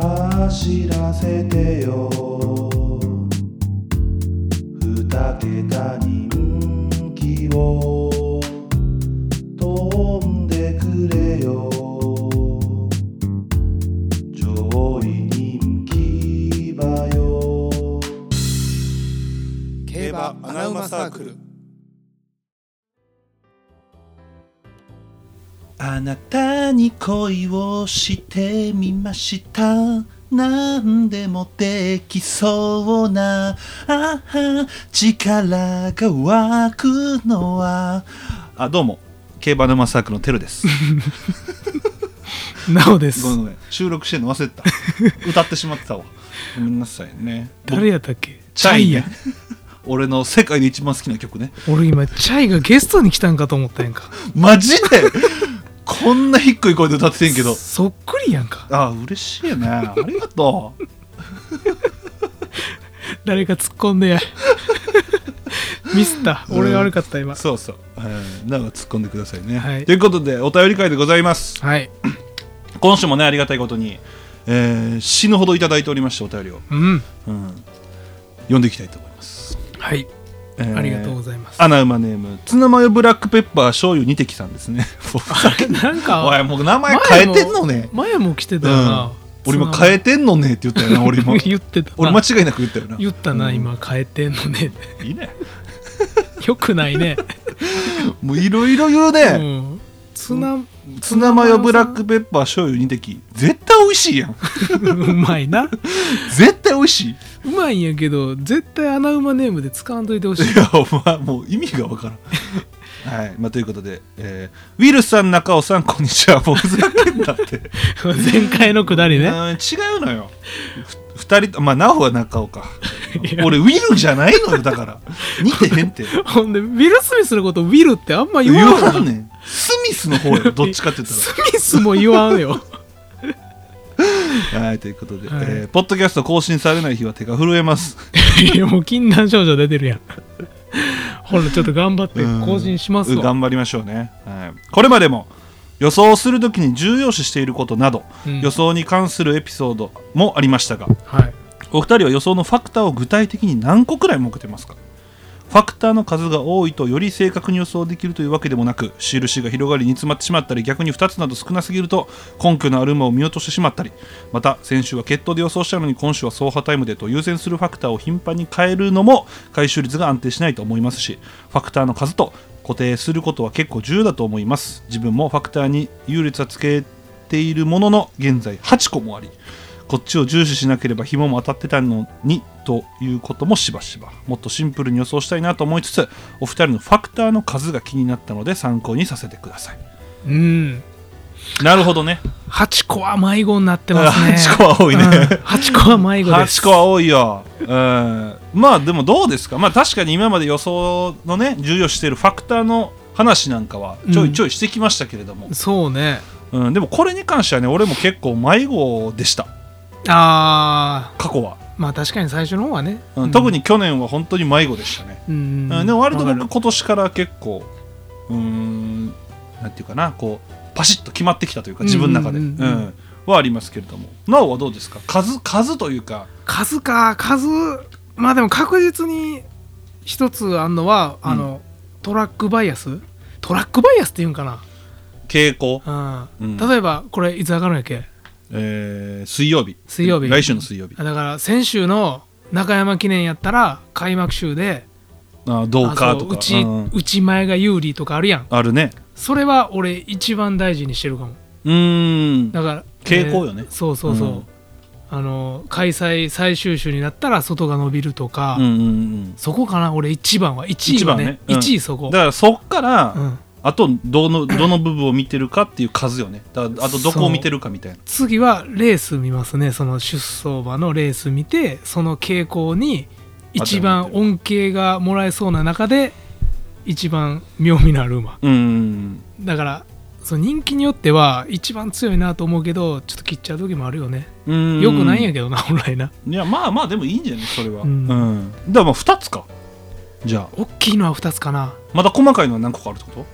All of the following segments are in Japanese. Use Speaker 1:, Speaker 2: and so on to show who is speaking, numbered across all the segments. Speaker 1: 走らせてよ二桁人気を飛んでくれよ上位人気馬よ
Speaker 2: 競馬アナウマサークル
Speaker 1: あなたに恋をしてみました。何でもできそうな、あは、力が湧くのは。あ、どうも。競馬沼サークルのテル です。
Speaker 2: なおです
Speaker 1: ごめんごめん。収録してるの忘れてた。歌ってしまってたわ。ごめんなさいね。
Speaker 2: 誰やったっけ
Speaker 1: 僕
Speaker 2: チャイや。
Speaker 1: 俺の世界で一番好きな曲ね。
Speaker 2: 俺今チャイがゲストに来たんかと思ったやんか
Speaker 1: マジで こんな低い声で歌っててんけ ど。
Speaker 2: そっくりやんか
Speaker 1: あ、嬉しいね。ありがとう。
Speaker 2: 誰か突っ込んでや ミスった俺が悪かった今、
Speaker 1: そうそう、うん、なんか突っ込んでくださいね、
Speaker 2: はい
Speaker 1: ということでお便り会でございます
Speaker 2: はい
Speaker 1: 今週もねありがたいことに、えー死ぬほどいただいておりましてお便りを、
Speaker 2: うん
Speaker 1: うん、読んでいきたいと思います、
Speaker 2: はい
Speaker 1: えー
Speaker 2: ありがとうございます
Speaker 1: アナウマネームツナマヨブラックペッパー醤油二滴さんですね
Speaker 2: なん
Speaker 1: おい
Speaker 2: か
Speaker 1: もう名前変えてんのね
Speaker 2: 前も来てたよな、
Speaker 1: 俺今変
Speaker 2: え
Speaker 1: えてんのねって言ったよな俺も
Speaker 2: 言ってたな
Speaker 1: 俺間違いなく言ったよな
Speaker 2: 言ったな、
Speaker 1: うん
Speaker 2: 今変えてんのね
Speaker 1: いいね
Speaker 2: よくないね、
Speaker 1: もういろいろ言う
Speaker 2: う
Speaker 1: ね、
Speaker 2: ん、ツナ
Speaker 1: ツナマヨブラックペッパー醤油二滴絶対美味しいやん
Speaker 2: うまいな
Speaker 1: 絶対美味しいう
Speaker 2: まいんやけど絶対穴馬ネームで使わんといてほ しい
Speaker 1: いやお前もう意味がわからんはい、まあ、ということで、えーウィルスさん中尾さんこんにちはもうふざけんなって、
Speaker 2: 前回のくだり
Speaker 1: うん違
Speaker 2: ね
Speaker 1: うのよふ2人とまあ直は中尾か
Speaker 2: いや
Speaker 1: 俺ウィルじゃないのよだから似てへんって
Speaker 2: ほんでウィル・スミスのことウィルってあんま 言
Speaker 1: 言
Speaker 2: わん
Speaker 1: わんねんスミスの方よどっちかって言 った
Speaker 2: スミスも言わ んよ
Speaker 1: らはいということで、
Speaker 2: はい
Speaker 1: えーポッドキャスト更新されない日は手が震えます
Speaker 2: いやもう禁断症状出てるやんほらちょっと頑張って
Speaker 1: うん
Speaker 2: 更新します
Speaker 1: うん
Speaker 2: わ、
Speaker 1: 頑張りましょうね、はい、これまでも予想するときに重要視していることなど、
Speaker 2: うん
Speaker 1: 予想に関するエピソードもありましたが
Speaker 2: はい、
Speaker 1: お二人は予想のファクターを具体的に何個くらい設けてますかファクターの数が多いとより正確に予想できるというわけでもなく印が広がり煮詰まってしまったり逆に2つなど少なすぎると根拠のある馬を見落としてしまったりまた先週は決闘で予想したのに今週は走破タイムでと優先するファクターを頻繁に変えるのも回収率が安定しないと思いますしファクターの数と固定することは結構重要だと思います自分もファクターに優劣はつけているものの現在8個もありこっちを重視しなければ紐も当たってたのにということもしばしばもっとシンプルに予想したいなと思いつつお二人のファクターの数が気になったので参考にさせてください
Speaker 2: うん
Speaker 1: なるほどね
Speaker 2: 8個は迷子になってますね
Speaker 1: 8個は 多いね
Speaker 2: 8個は迷子です
Speaker 1: 8個は多いよ、うん、まあでもどうですかまあ確かに今まで予想のね重要視しているファクターの話なんかはちょいちょいしてきましたけれども、
Speaker 2: そうね
Speaker 1: うんでもこれに関してはね俺も結構迷子でした
Speaker 2: あ
Speaker 1: 過去は、
Speaker 2: ーまあ確かに最初の方はね、
Speaker 1: うん特に去年は本当に迷子でしたね
Speaker 2: うん、
Speaker 1: うん、でも割と
Speaker 2: わか
Speaker 1: 僕
Speaker 2: る
Speaker 1: 今年から結構うーんなんていうかなこうパシッと決まってきたというか自分の中で、う
Speaker 2: うんんうんうんうん
Speaker 1: はありますけれどもなおはどうですか数数というか
Speaker 2: 数か数まあでも確実に一つあんのは、
Speaker 1: うん
Speaker 2: あのトラックバイアストラックバイアスっていうんか
Speaker 1: 傾向、
Speaker 2: な、う、
Speaker 1: うんん
Speaker 2: 例えばこれいつ上がるんやっけ
Speaker 1: えー水曜日
Speaker 2: 水曜日
Speaker 1: 来週の水曜日
Speaker 2: あだから先週の中山記念やったら開幕週で
Speaker 1: あどう
Speaker 2: あ
Speaker 1: か
Speaker 2: そ
Speaker 1: と
Speaker 2: う
Speaker 1: か
Speaker 2: うち
Speaker 1: うん
Speaker 2: うち前が有利とかあるやん
Speaker 1: あるね
Speaker 2: それは俺一番大事にしてるかも
Speaker 1: うーん
Speaker 2: だから
Speaker 1: 傾向よね
Speaker 2: えーそうそうそう、
Speaker 1: うん
Speaker 2: あの開催最終週になったら外が伸びるとか、
Speaker 1: うんうんうん
Speaker 2: そこかな俺一番は1位はね
Speaker 1: 一番ねうん
Speaker 2: 1位そこ、
Speaker 1: だからそっから、
Speaker 2: うん、
Speaker 1: あとどのどの部分を見てるかっていう数よねだからあとどこを見てるかみたいな
Speaker 2: 次はレース見ますねその出走馬のレース見てその傾向に一番恩恵がもらえそうな中で一番妙味のある馬
Speaker 1: うんうん
Speaker 2: だからその人気によっては一番強いなと思うけどちょっと切っちゃう時もあるよね
Speaker 1: うんうん
Speaker 2: よくないんやけどな本来ない
Speaker 1: やまあまあでもいいんじゃないそれはう、
Speaker 2: うんん
Speaker 1: だからまあ2つかじゃあ
Speaker 2: 大きいのは2つかな
Speaker 1: まだ細かいのは何個かあるってこと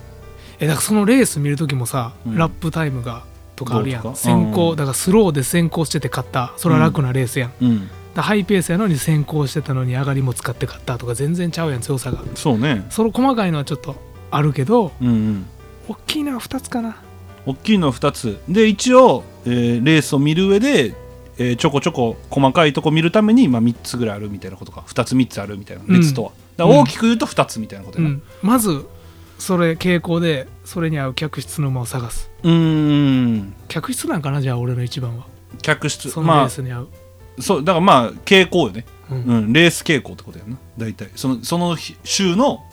Speaker 2: えだからそのレース見る時もさ、
Speaker 1: うん
Speaker 2: ラップタイムがとかあるや
Speaker 1: どうと
Speaker 2: ん
Speaker 1: か
Speaker 2: 先
Speaker 1: う
Speaker 2: 行
Speaker 1: ん
Speaker 2: だからスローで先行してて勝ったそれは楽なレースやん、だか
Speaker 1: うん、
Speaker 2: らハイペースやのに先行してたのに上がりも使って勝ったとか全然ちゃうやん強さが
Speaker 1: そうね
Speaker 2: その細かいのはちょっとあるけど
Speaker 1: うんうん
Speaker 2: 大きいのは2つかな
Speaker 1: 大きいのは2つで一応、えーレースを見る上で、えーちょこちょこ細かいとこ見るために、まあ、3つぐらいあるみたいなことか2つ3つあるみたいな
Speaker 2: うん
Speaker 1: 熱とは、だから大きく言うと2つみたいなこと
Speaker 2: う
Speaker 1: やなうん
Speaker 2: まずそれ傾向でそれに合う客室の馬を探す
Speaker 1: ーん
Speaker 2: 客室なんかなじゃあ俺の一番は
Speaker 1: 客室
Speaker 2: そのレ
Speaker 1: ま
Speaker 2: ースに合う、
Speaker 1: あそうだからまあ傾向よね、
Speaker 2: うん
Speaker 1: うん、レース傾向ってことやな大体そのその日週の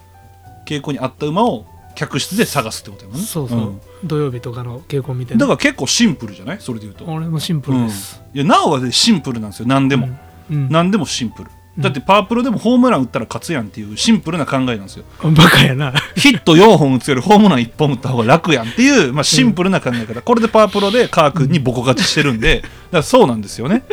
Speaker 1: 傾向に合った馬を客室で探すってことやもんね
Speaker 2: そうそう、
Speaker 1: ん
Speaker 2: 土曜日とかの傾向みたい
Speaker 1: だ
Speaker 2: な
Speaker 1: から結構シンプルじゃないそれで言うと、
Speaker 2: 俺もシンプ
Speaker 1: う
Speaker 2: ル
Speaker 1: ん、い
Speaker 2: です、
Speaker 1: やなおはねシンプルなんですよ何でも、
Speaker 2: うん
Speaker 1: 何でもシンプルだってパワープロでもホームラン打ったら勝つやんっていうシンプルな考えなんですよ
Speaker 2: バカやな
Speaker 1: ヒット4本打つよりホームラン1本打った方が楽やんっていう、まあ、シンプルな考え方、これでパワープロでカー君にボコ勝ちしてるんでだからそうなんですよね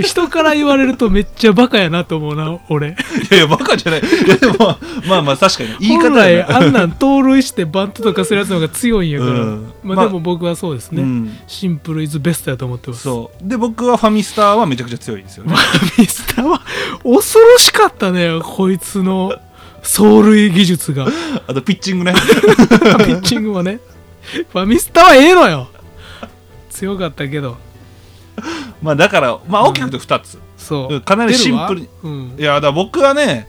Speaker 2: 人から言われるとめっちゃバカやなと思うな俺
Speaker 1: いやいやバカじゃないいやでもまあまあ確かに言い
Speaker 2: 本
Speaker 1: 方
Speaker 2: 来
Speaker 1: やな
Speaker 2: あ んなん盗塁してバントとかするやつの方が強いんやから、
Speaker 1: うん
Speaker 2: まあ、
Speaker 1: まあ
Speaker 2: でも僕はそうですね、
Speaker 1: うん
Speaker 2: シンプルイズベストやと思ってます
Speaker 1: そうで僕はファミスターはめちゃくちゃ強いんですよね
Speaker 2: まあミスターは恐ろしかったねこいつの走塁技術 がピ
Speaker 1: あとピッチ ングね
Speaker 2: ッチングもねまあミスターはええのよ強かったけど
Speaker 1: まあだからまあ大きくて2つ、
Speaker 2: そううん
Speaker 1: かなりシンプルに
Speaker 2: 出るわうん
Speaker 1: いやだから僕はねだか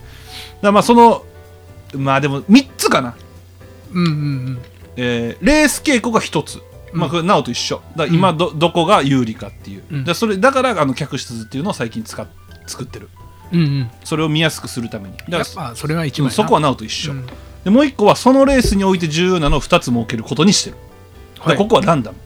Speaker 1: らまあそのまあでも3つかな
Speaker 2: うんうん
Speaker 1: えーレース稽古が一つ、まあ、
Speaker 2: うん
Speaker 1: これなおと一緒だから今ど,、どこが有利かっていう、
Speaker 2: うん
Speaker 1: だからそれだからあの客室図っていうのを最近使っ作ってる
Speaker 2: うんうんうん
Speaker 1: それを見やすくするためにだ
Speaker 2: や
Speaker 1: か
Speaker 2: っ
Speaker 1: ら
Speaker 2: ぱそれは一
Speaker 1: う
Speaker 2: 番
Speaker 1: ん
Speaker 2: やな
Speaker 1: そこはなおと一緒、
Speaker 2: うん
Speaker 1: でもう一個はそのレースにおいて重要なのを2つ設けることにしてるだか
Speaker 2: は
Speaker 1: ら
Speaker 2: い
Speaker 1: ここはランダム、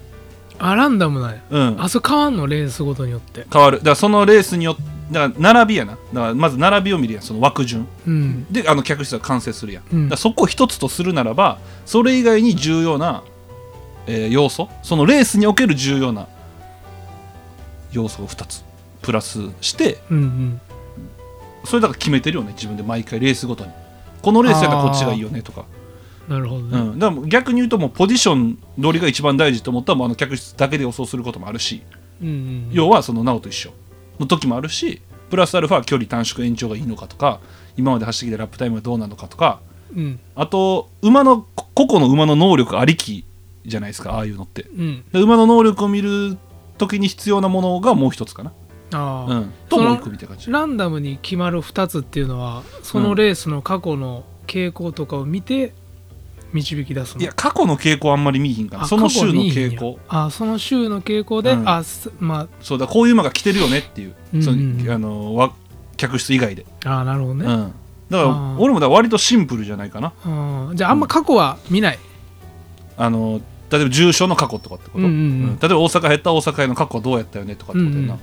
Speaker 2: あランダムなんや
Speaker 1: うん、
Speaker 2: あそう変わんのレースごとによって
Speaker 1: 変わるだからそのレースによってだから並びやなだからまず並びを見るやんその枠順
Speaker 2: うん
Speaker 1: であの客室が完成するやん、
Speaker 2: うん
Speaker 1: だからそこを一つとするならばそれ以外に重要な、えー要素そのレースにおける重要な要素を2つプラスして
Speaker 2: うんうん
Speaker 1: それだから決めてるよね自分で毎回レースごとにこのレースやったらこっちがいいよねとか,、
Speaker 2: なるほど
Speaker 1: う
Speaker 2: ね
Speaker 1: ん、だからもう逆に言うともうポジション取りが一番大事と思ったらもうあの客室だけで予想することもあるし、
Speaker 2: うんうん
Speaker 1: 要はそのなおと一緒の時もあるしプラスアルファ距離短縮延長がいいのかとか今まで走ってきたラップタイムがどうなのかとか
Speaker 2: うん
Speaker 1: あと馬のこ個々の馬の能力ありきじゃないですかああいうのって
Speaker 2: うん
Speaker 1: で馬の能力を見る時に必要なものがもう一つかな、
Speaker 2: あ
Speaker 1: う
Speaker 2: あ
Speaker 1: ん、と
Speaker 2: その
Speaker 1: もう一個みたいな感じ
Speaker 2: ランダムに決まる2つっていうのはそのレースの過去の傾向とかを見て導き出すの
Speaker 1: いや過去の傾向あんまり見えひんから
Speaker 2: あ
Speaker 1: その週の
Speaker 2: 過去にいいん
Speaker 1: 傾
Speaker 2: や
Speaker 1: 向
Speaker 2: あその週の傾向で、
Speaker 1: うん
Speaker 2: あすま
Speaker 1: そうだこういう馬が来てるよねっていう、
Speaker 2: うんうん
Speaker 1: そのあのわ客室以外で、
Speaker 2: ああなるほど
Speaker 1: うん、
Speaker 2: ね、
Speaker 1: だか
Speaker 2: あ
Speaker 1: ら
Speaker 2: ー
Speaker 1: 俺もだから割とシンプルじゃないかな
Speaker 2: うんじゃああんま過去は見ない、
Speaker 1: あの例えば重症の過去とかってこと、
Speaker 2: うんうんうん
Speaker 1: 例えば大阪減った大阪への過去はどうやったよねとかってことやな、
Speaker 2: うんうん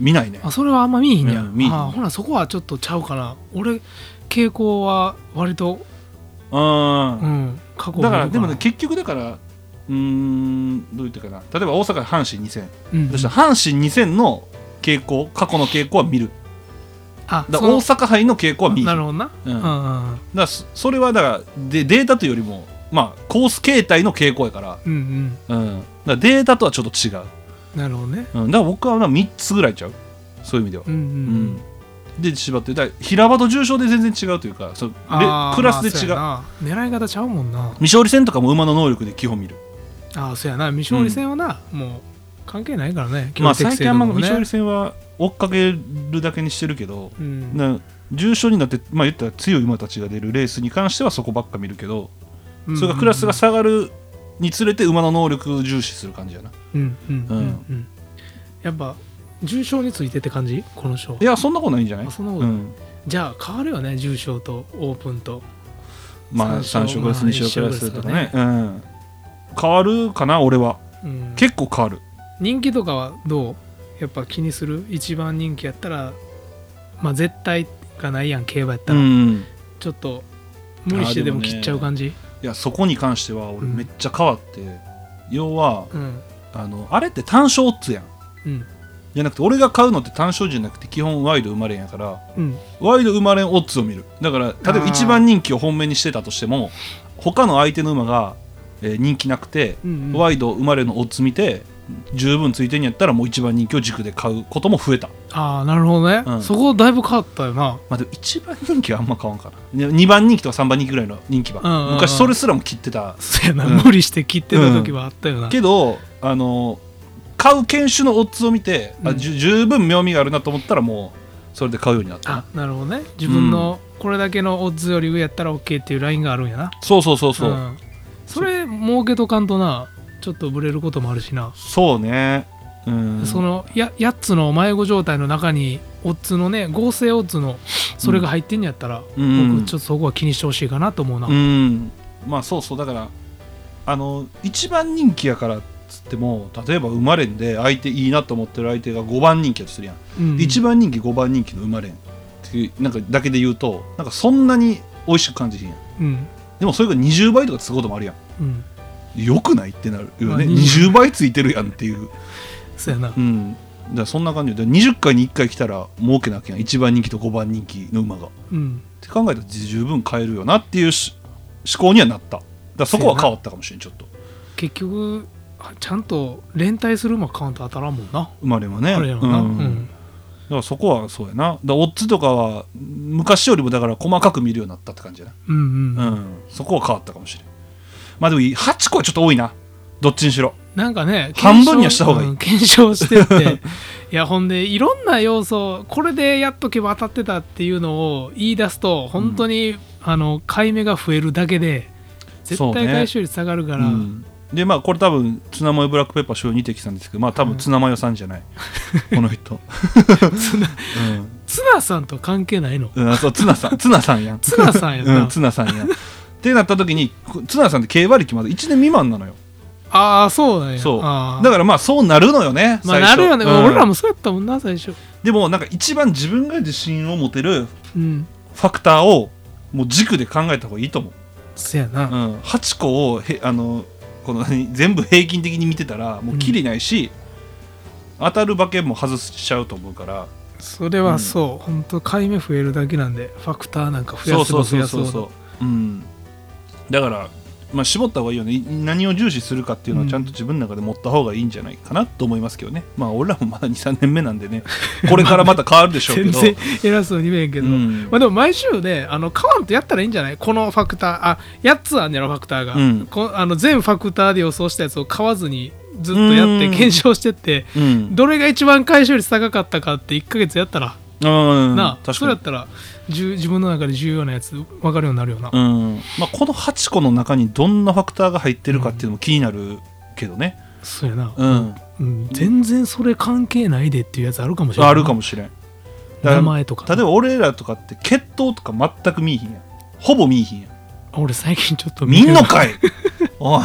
Speaker 1: 見ないね
Speaker 2: あそれはあんま見えひんや、
Speaker 1: うん見えひん
Speaker 2: あほなそこはちょっとちゃうかな俺傾向は割と、
Speaker 1: うん
Speaker 2: うん、過去を見る
Speaker 1: だからでもね結局だからうーんどう言ってかな例えば大阪阪神2000、
Speaker 2: うん
Speaker 1: そしたら阪神2000の傾向過去の傾向は見る
Speaker 2: あ
Speaker 1: だ
Speaker 2: そ
Speaker 1: から
Speaker 2: の
Speaker 1: 大阪杯の傾向は見る
Speaker 2: な
Speaker 1: だか
Speaker 2: るほどな、
Speaker 1: うん
Speaker 2: うんうん
Speaker 1: らそそれはだからでデータというよりもまあコース形態の傾向やから,、
Speaker 2: うんうん
Speaker 1: うん、だからデータとはちょっと違う、
Speaker 2: なるほどね
Speaker 1: うん、だから僕はな3つぐらいちゃうそういう意味では、
Speaker 2: うんうん
Speaker 1: う
Speaker 2: うん
Speaker 1: んで縛ってだから平場と重賞で全然違うというかそのレ
Speaker 2: あー
Speaker 1: クラスで違う,、
Speaker 2: まあそうやな狙い方ちゃうもんな
Speaker 1: 未勝利戦とかも馬の能力で基本見る
Speaker 2: ああそうやな未勝利戦はな、もう関係ないからね
Speaker 1: まあ、最
Speaker 2: 適性
Speaker 1: 近あ
Speaker 2: と
Speaker 1: ん
Speaker 2: か
Speaker 1: ま
Speaker 2: も
Speaker 1: 未
Speaker 2: ね
Speaker 1: 勝利戦は追っかけるだけにしてるけど、
Speaker 2: うん
Speaker 1: な重症になって、まあ、言ったら強い馬たちが出るレースに関してはそこばっか見るけど、
Speaker 2: うん
Speaker 1: それがクラスが下がるにつれて馬の能力を重視する感じやな、
Speaker 2: うんうんうん、
Speaker 1: う
Speaker 2: うんんやっぱ重症についてって感じこの賞
Speaker 1: いやそんなことないんじゃない
Speaker 2: あそんなことない
Speaker 1: うん
Speaker 2: じゃあ変わるよね重症とオープンと
Speaker 1: まあ、3
Speaker 2: 三
Speaker 1: 勝
Speaker 2: 勝
Speaker 1: クラス
Speaker 2: まあ
Speaker 1: 2勝クラスとかね
Speaker 2: 一、
Speaker 1: うん、変わるかな俺は
Speaker 2: うん
Speaker 1: 結構変わる
Speaker 2: 人気とかはどうやっぱ気にする一番人気やったらまあ絶対がないやん競馬やった
Speaker 1: う
Speaker 2: ら、
Speaker 1: ん
Speaker 2: ちょっと無理してでも切っちゃう感じ、
Speaker 1: いやそこに関しては俺
Speaker 2: うん
Speaker 1: めっちゃ変わって、要は
Speaker 2: うん
Speaker 1: あのあれって単勝オッズやん
Speaker 2: うん
Speaker 1: じゃなくて俺が買うのって単勝じゃなくて基本ワイド生まれんやから
Speaker 2: うん
Speaker 1: ワイド生まれんオッズを見るだから例えば
Speaker 2: あー
Speaker 1: 一番人気を本命にしてたとしても他の相手の馬がえー人気なくて、
Speaker 2: うんうん
Speaker 1: ワイド生まれのオッズ見て十分ついてんやったらもう一番人気を軸で買うことも増えた、
Speaker 2: ああなるほどね、
Speaker 1: うん
Speaker 2: そこだいぶ変わったよな
Speaker 1: まあ、でも一番人気はあんま買わんかな2番人気とか3番人気ぐらいの人気番、
Speaker 2: うんうんうん
Speaker 1: 昔それすらも切ってた
Speaker 2: そうやな、
Speaker 1: うん
Speaker 2: 無理して切ってた時はあったよな、
Speaker 1: けどあの買う犬種のオッズを見て、
Speaker 2: う
Speaker 1: あ
Speaker 2: ん
Speaker 1: じゅ十分妙味があるなと思ったらもうそれで買うようになった
Speaker 2: あなるほどね自分のこれだけのオッズより上やったら OK っていうラインがあるんやな
Speaker 1: そうそうそうそう、
Speaker 2: んそれ儲けとかんとなちょっとブレることもあるしな、
Speaker 1: そうねうん
Speaker 2: そのや8つの迷子状態の中にオッズのね合成オッズのそれが入ってんやったら、
Speaker 1: うん
Speaker 2: 僕ちょっとそこは気にしてほしいかなと思うな、
Speaker 1: うんまあそうそうだからあの一番人気やからっつっても例えば生まれんで相手いいなと思ってる相手が5番人気やとするやん、
Speaker 2: うん
Speaker 1: 一番人気5番人気の生まれんっていうなんかだけで言うとなんかそんなに美味しく感じひんやん
Speaker 2: うん
Speaker 1: でもそれが20倍とかつくこともあるやん
Speaker 2: うん
Speaker 1: よくないってなるよ
Speaker 2: まあ
Speaker 1: ね、
Speaker 2: 20
Speaker 1: 20倍ついてるやんっていう、
Speaker 2: そうやな
Speaker 1: うん、だからそんな感じで20回に1回来たら儲けなきゃ一番人気と5番人気の馬がっ
Speaker 2: うん
Speaker 1: て考えたら十分買えるよなっていうし思考にはなっただからそこは変わったかもしれんちょっと
Speaker 2: 結局ちゃんと連帯する馬カウント当たらんもんな
Speaker 1: 生まれはね
Speaker 2: あれやろな、
Speaker 1: うんだからそこはそうやなだからオッズとかは昔よりもだから細かく見るようになったって感じや
Speaker 2: うんうん、
Speaker 1: な、うん、そこは変わったかもしれんまあでも8個はちょっと多いなどっちにしろ
Speaker 2: なんかね
Speaker 1: 半分にはした方がいい
Speaker 2: うん検証してって いやほんでいろんな要素これでやっとけば当たってたっていうのを言い出すと本当に、あの買い目が増えるだけで絶
Speaker 1: そう
Speaker 2: 対
Speaker 1: ね
Speaker 2: 回収率下がるから、
Speaker 1: うんでまあこれ多分ツナマヨブラックペッパー醤油二滴さんですけどまあ多分ツナマヨさんじゃない、 この 人
Speaker 2: ツナさんと関係ないの
Speaker 1: うん、うんあそうツナさんツナさんやん
Speaker 2: ツナさんやな、
Speaker 1: うん、ツナさんやんってなった時にこツナさんって競馬歴まだ1年未満なのよ
Speaker 2: ああそうなんや
Speaker 1: そう
Speaker 2: あ
Speaker 1: だからまあそうなるのよね
Speaker 2: まあ
Speaker 1: 最
Speaker 2: な
Speaker 1: 初
Speaker 2: るよね、
Speaker 1: うん
Speaker 2: 俺らもそうやったもんな最初
Speaker 1: でもなんか一番自分が自信を持てるフ
Speaker 2: うん
Speaker 1: ァクターをもう軸で考えた方がいいと思う、
Speaker 2: そやな、
Speaker 1: うん、8個をへあのこの何全部平均的に見てたらもうきりないし、当たる馬券も外しちゃうと思うから
Speaker 2: それはそう、本当買い目増えるだけなんでファクターなんか増やせば増やすほど
Speaker 1: う、うん、だから、まあ、絞った方がいいよねい何を重視するかっていうの
Speaker 2: う
Speaker 1: は
Speaker 2: ん
Speaker 1: ちゃんと自分の中で持った方がいいんじゃないかなと思いますけどね、まあ俺らもまだ23年目なんでねこれからまた変わるでしょうけ
Speaker 2: 全
Speaker 1: ど
Speaker 2: 然偉そうに見えんけど、
Speaker 1: うん
Speaker 2: まあでも毎週ねあの買わんとやったらいいんじゃないこのファクターあ8つあんねやろファクターが、
Speaker 1: うん
Speaker 2: こあの全ファクターで予想したやつを買わずにずっとやって
Speaker 1: うん
Speaker 2: 検証してって
Speaker 1: うん
Speaker 2: どれが一番回収率高かったかって1ヶ月やったら、
Speaker 1: うん
Speaker 2: なあ
Speaker 1: 確か
Speaker 2: それ
Speaker 1: に
Speaker 2: やったらじゅ自分の中で重要なやつ分かるようになるよな、
Speaker 1: うんまあ、この8個の中にどんなファクターが入ってるかっていうのも気になるけどね、
Speaker 2: そうやな、
Speaker 1: うん、
Speaker 2: うん全然それ関係ないでっていうやつあるかもしれない
Speaker 1: あるかもしれんだから
Speaker 2: 名前とか
Speaker 1: 例えば俺らとかって血統とか全く見いひんやんほぼ見いひんやん
Speaker 2: 俺最近ちょっと
Speaker 1: 見ん
Speaker 2: る
Speaker 1: のかいおい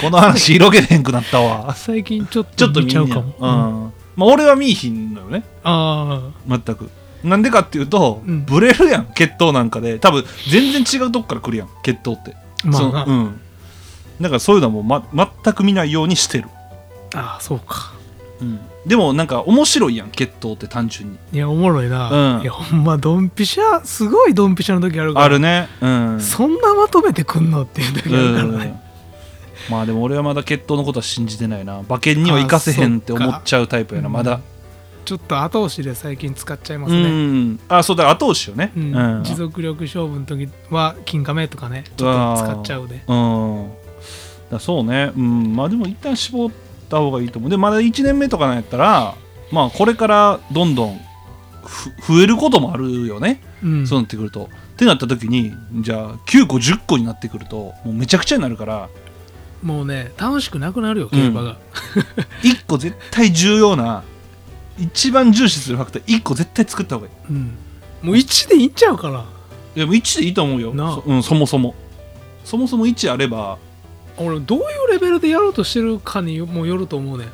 Speaker 1: この話色気でんくなったわ
Speaker 2: 最近ちょっ
Speaker 1: ち
Speaker 2: と
Speaker 1: ょっと
Speaker 2: 見
Speaker 1: 見
Speaker 2: ちゃ
Speaker 1: ん
Speaker 2: う
Speaker 1: ねや
Speaker 2: か
Speaker 1: ん
Speaker 2: も、
Speaker 1: うん
Speaker 2: あ
Speaker 1: まあ、俺は見いひんのよね
Speaker 2: あ
Speaker 1: 全くなんでかっていうと、
Speaker 2: うん
Speaker 1: ブレるやん血統なんかで多分全然違うとこから来るやん血統って
Speaker 2: まあ
Speaker 1: そ
Speaker 2: な
Speaker 1: のうんだからそういうのはもう、ま、全く見ないようにしてる、
Speaker 2: ああそうか
Speaker 1: うんでもなんか面白いやん血統って単純に
Speaker 2: いやおもろいな、
Speaker 1: うん
Speaker 2: いやほんまドンピシャすごいドンピシャの時あるから
Speaker 1: あるねうん
Speaker 2: そんなまとめてくんのっていう時あるから
Speaker 1: うん
Speaker 2: ね、
Speaker 1: まあでも俺はまだ血統のことは信じてないな馬券には行かせへんって思っちゃうタイプやな
Speaker 2: あそっ
Speaker 1: ま
Speaker 2: か
Speaker 1: だ
Speaker 2: ちょっと後押しで最近使っちゃいま
Speaker 1: う
Speaker 2: すね、
Speaker 1: んあそうだ後押しよね
Speaker 2: う
Speaker 1: うんん
Speaker 2: 持続力勝負の時は金亀とかねちょっと使っちゃうで
Speaker 1: うんだそうねうんまあでも一旦絞った方がいいと思うでまだ1年目とかなんやったらまあこれからどんどんふ増えることもあるよね、
Speaker 2: うん
Speaker 1: そうなってくるとってなった時にじゃあ9個10個になってくるともうめちゃくちゃになるから
Speaker 2: もうね楽しくなくなるよ競馬が、
Speaker 1: 1個絶対重要な一番重視するファクター1個絶対作った方がいい
Speaker 2: うんもう1でいっちゃうから
Speaker 1: でも1でいいと思うよ
Speaker 2: なあ
Speaker 1: そ,、うん、そもそもそもそも1あれば
Speaker 2: 俺どういうレベルでやろうとしてるかにもよると思うね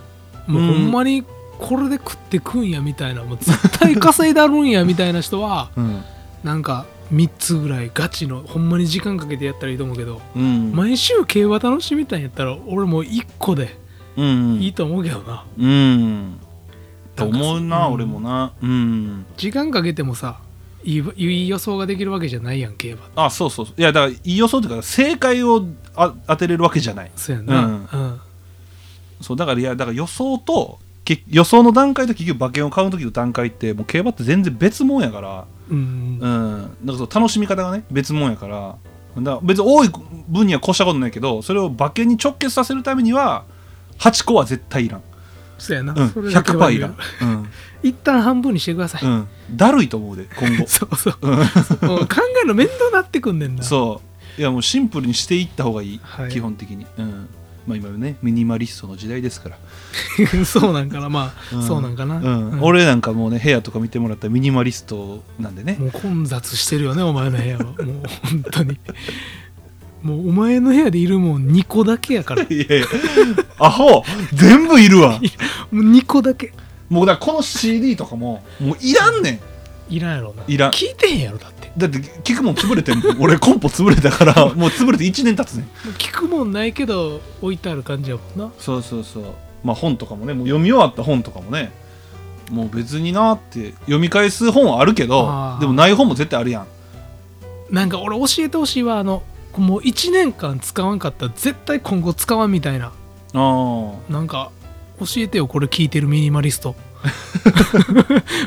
Speaker 2: んもうほんまにこれで食ってくんやみたいなもう絶対稼いだるんやみたいな人は
Speaker 1: うん、
Speaker 2: なんか3つぐらいガチのほんまに時間かけてやったらいいと思うけど、
Speaker 1: うん
Speaker 2: 毎週競馬楽しみたいんやったら俺もう1個で
Speaker 1: うん
Speaker 2: いいと思うけどな、
Speaker 1: うんと思うな
Speaker 2: うん
Speaker 1: 俺もなうん
Speaker 2: 時間かけてもさいいいい予想ができるわけじゃないやん競馬
Speaker 1: あそうそうそういやだからいい予想というか正解をあ当てれるわけじゃない
Speaker 2: そうやんな
Speaker 1: う
Speaker 2: うんん、
Speaker 1: そうだからいやだから予想とけ予想の段階と結局馬券を買う時の段階ってもう競馬って全然別もんやから、
Speaker 2: うん
Speaker 1: うん、だからそう楽しみ方がね別もんやからだから別に多い分には越したことないけどそれを馬券に直結させるためには8個は絶対いらん、
Speaker 2: そうやな、
Speaker 1: うん、
Speaker 2: それだけ
Speaker 1: 100%
Speaker 2: はい言
Speaker 1: ら
Speaker 2: える
Speaker 1: ん、うん
Speaker 2: 一旦半分にしてください、
Speaker 1: うん、だるいと思うで今後
Speaker 2: そうそう
Speaker 1: うん
Speaker 2: もう考えるの面倒なってくんねんな
Speaker 1: そういやもうシンプルにしていった方がいい、
Speaker 2: はい
Speaker 1: 基本的に、うんまあ、今ねミニマリストの時代ですから、
Speaker 2: う そうなんかなまあ、
Speaker 1: ん
Speaker 2: そうなんかな、
Speaker 1: うん
Speaker 2: うん
Speaker 1: 俺なんかもうね部屋とか見てもらったらミニマリストなんでね
Speaker 2: もう混雑してるよねお前の部屋はもう本当にもうお前の部屋でいるもん2個だけやからも
Speaker 1: いやいやアホ全部いるわ
Speaker 2: う2個だけ
Speaker 1: もうだからこの CD とかももういらんねん
Speaker 2: いらんやろない
Speaker 1: いらん
Speaker 2: 聞いてへんやろだって
Speaker 1: だって聞くもん潰れてんもん俺コンポ潰れた からもう潰れて1年経つねん
Speaker 2: 聞くもんないけど置いてある感じやもんな
Speaker 1: そうそうそうまあ本とかもねもう読み終わった本とかもねもう別になって読み返す本はあるけど
Speaker 2: あー
Speaker 1: でもない本も絶対あるやん
Speaker 2: なんか俺教えてほしいわあのもう1年間使わんかったら絶対今後使わんみたいな
Speaker 1: あー
Speaker 2: なんか教えてよこれ聞いてるミニマリ スト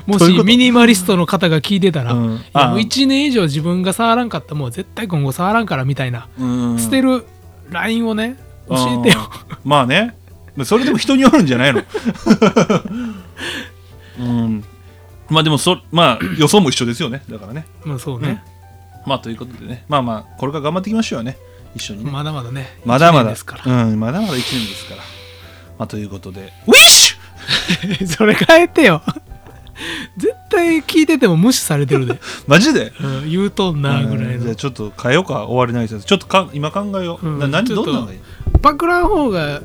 Speaker 2: も
Speaker 1: どういうこ
Speaker 2: し
Speaker 1: と
Speaker 2: ミニマリストの方が聞いてたら、
Speaker 1: うん
Speaker 2: い
Speaker 1: あ
Speaker 2: や
Speaker 1: あ
Speaker 2: もう1年以上自分が触らんかったもう絶対今後触らんからみたいな、
Speaker 1: うん
Speaker 2: 捨てるラインをね教えて
Speaker 1: あ
Speaker 2: よ
Speaker 1: ーまあねそれでも人によるんじゃ ないのうんまあでもそまあ予想も一緒ですよねだからね
Speaker 2: まあそうね、
Speaker 1: まあということでねまあまあこれから頑張っていきましょうよね一緒にね、
Speaker 2: まだまだね
Speaker 1: まだま
Speaker 2: 一年
Speaker 1: だ
Speaker 2: ですから、
Speaker 1: うんまだまだ1年ですからまあということでウィッシュ
Speaker 2: それ変えてよ絶対聞いてても無視されてるで、
Speaker 1: マジで
Speaker 2: うん、言うとんなぐらい
Speaker 1: うんじゃ
Speaker 2: の
Speaker 1: あちょっと変えようか終わりないですちょっとか今考えよう、
Speaker 2: うん
Speaker 1: な何
Speaker 2: ちょ
Speaker 1: ど
Speaker 2: っ
Speaker 1: ん
Speaker 2: と
Speaker 1: なのがいい
Speaker 2: パクらん方が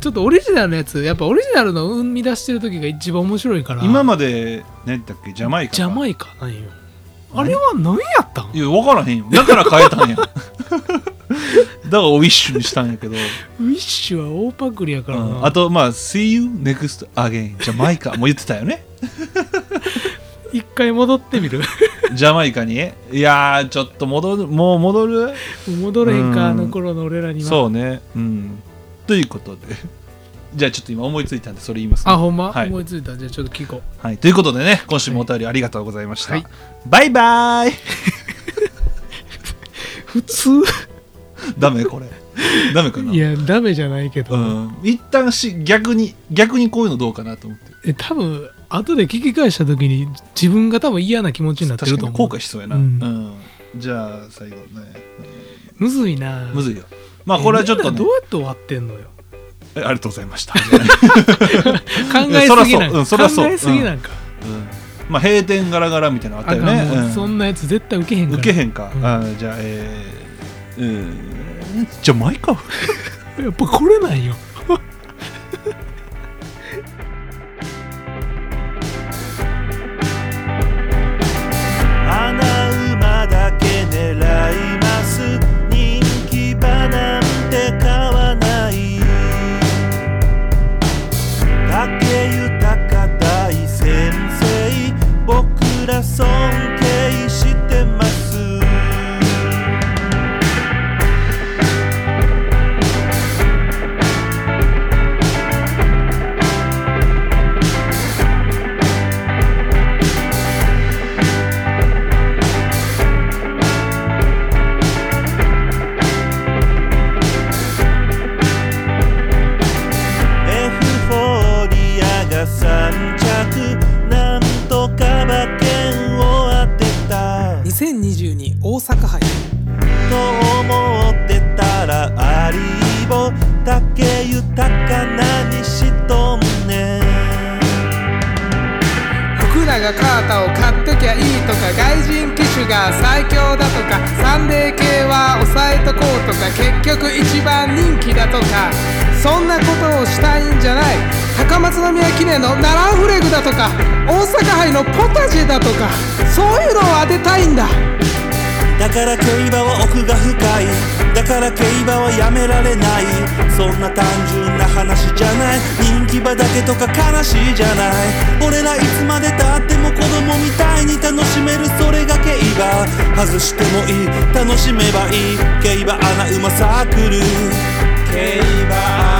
Speaker 2: ちょっとオリジナルのやつやっぱオリジナルの生み出してる時が一番面白いから
Speaker 1: 今まで何だっけジャマイカか
Speaker 2: ジャマイカなんよあれは何やったん
Speaker 1: いや分からへんよだから変えたんやだからウィッシュにしたんやけど
Speaker 2: ウィッシュは大パクリやからな、
Speaker 1: うんあとまあ「See you next again ジャマイカ」も言ってたよね
Speaker 2: 一回戻っ てみる
Speaker 1: ジャマイカにいやーちょっと戻るもう戻る
Speaker 2: 戻れへんか、
Speaker 1: うん
Speaker 2: あの頃の俺らには
Speaker 1: そうねうんということでじゃあちょっと今思いついたんでそれ言いますね
Speaker 2: あほんま、
Speaker 1: はい
Speaker 2: 思いついたじゃあちょっと聞こう
Speaker 1: はい、ということでね今週もお便りありがとうございました、
Speaker 2: はい
Speaker 1: バイバーイ
Speaker 2: 普通
Speaker 1: ダメこれダメかない
Speaker 2: やダメじゃないけど、
Speaker 1: うん一旦し逆に逆にこういうのどうかなと思って
Speaker 2: え多分後で聞き返した時に自分が多分嫌な気持ちになってる
Speaker 1: 確
Speaker 2: と
Speaker 1: かに
Speaker 2: 思う
Speaker 1: 後悔しそうやな、う
Speaker 2: うんん
Speaker 1: じゃあ最後ね、
Speaker 2: むずいな
Speaker 1: む
Speaker 2: い
Speaker 1: ずいよまあこれはちょっとね
Speaker 2: どうやって終わってんのよ
Speaker 1: えありがとうございました
Speaker 2: 考えすぎなんか、
Speaker 1: うんそらそう
Speaker 2: 考えすぎなんか、
Speaker 1: うんまあ閉店ガラガラみたいなのあった
Speaker 2: あ
Speaker 1: よ
Speaker 2: かん
Speaker 1: ね
Speaker 2: もう、
Speaker 1: うん
Speaker 2: そんなやつ絶対受けへんから
Speaker 1: 受けへんか、
Speaker 2: うん
Speaker 1: あーじゃあえー、うんじゃあマイカ
Speaker 2: やっぱこれなんよ
Speaker 3: 穴馬だけ狙います人気馬なんて買わない竹豊大先生僕ら尊敬してますエフフォーリアが3着なんとか馬券を当てた
Speaker 2: 2022大阪杯
Speaker 3: と思ってたらアリーボ竹豊何しとんねん
Speaker 4: 福永カータを買っときゃいいとか外人機種が最強だとかサンデー系は抑えとこうとか結局一番人気だとかそんなことをしたいんじゃない高松宮記念のナランフレグだとか大阪杯のポタジェだとかそういうのを当てたいんだ
Speaker 3: だから競馬は奥が深いだから競馬はやめられないそんな単純な話じゃない人気牙だけとか悲しいじゃない俺らいつまでたっても子供みたいに楽しめるそれが競馬外してもいい楽しめばいい競馬アナウマサークル競馬